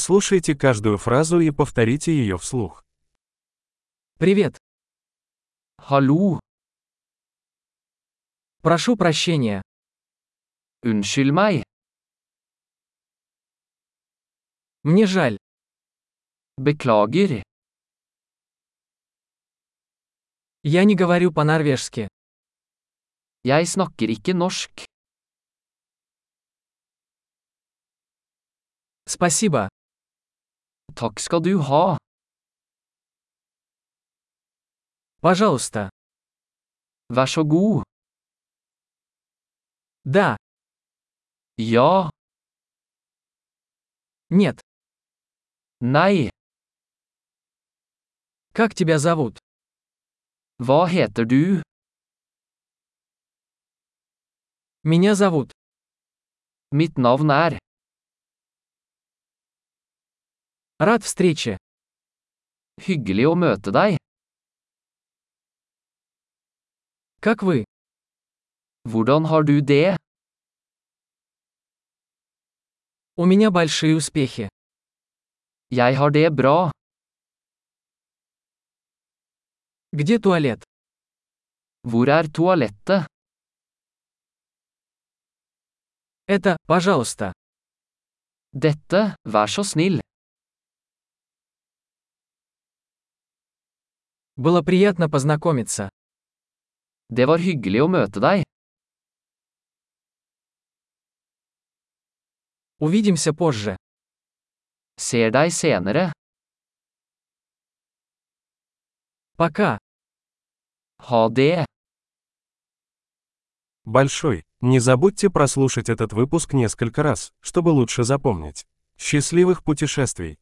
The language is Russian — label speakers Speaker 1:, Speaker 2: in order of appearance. Speaker 1: Прослушайте каждую фразу и повторите ее вслух.
Speaker 2: Привет. Hallo. Прошу прощения. Unnskyld meg. Мне жаль. Beklager. Я не говорю по-норвежски. Jeg snakker ikke norsk. Спасибо. Takk skal du ha. Пожалуйста. Vær så god. Да. Ja. Нет. Nei. Как тебя зовут? Hva heter du? Меня зовут. Mitt navn er. Рад встрече. Hyggelig å møte deg. Как вы? Hvordan har du det? У меня большие успехи. Jeg har det bra. Где туалет? Hvor er toalettet? Это, пожалуйста. Dette, vær så snill. Было приятно познакомиться. Det var hyggelig å møte deg. Увидимся позже. Ser deg senere. Пока. Ha det.
Speaker 1: Большой. Не забудьте прослушать этот выпуск несколько раз, чтобы лучше запомнить. Счастливых путешествий!